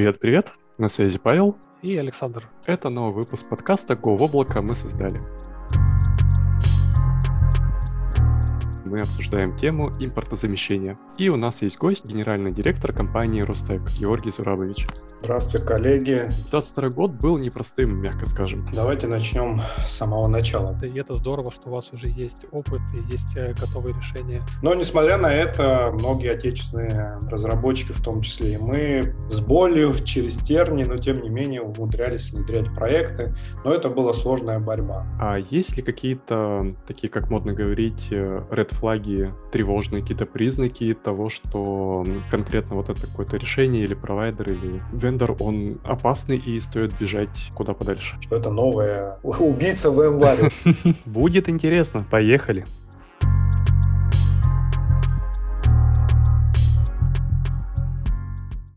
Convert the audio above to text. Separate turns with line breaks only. Привет-привет, на связи Павел.
И Александр.
Это новый выпуск подкаста «Го в облако» мы создали. Мы обсуждаем тему импортозамещения. И у нас есть гость, генеральный директор компании «Ростек» Георгий Зурабович.
Здравствуйте, коллеги.
22 год был непростым, мягко скажем.
Давайте начнем с самого начала.
И это здорово, что у вас уже есть опыт и есть э, готовые решения.
Но, несмотря на это, многие отечественные разработчики, в том числе и мы, с болью, через терни, но тем не менее умудрялись внедрять проекты. Но это была сложная борьба.
А есть ли какие-то, такие, как модно говорить, ред флаги, тревожные какие-то признаки того, что конкретно вот это какое-то решение или провайдер, или вендор, он опасный и стоит бежать куда подальше?
Что это новое убийца в январе.
Будет интересно, поехали.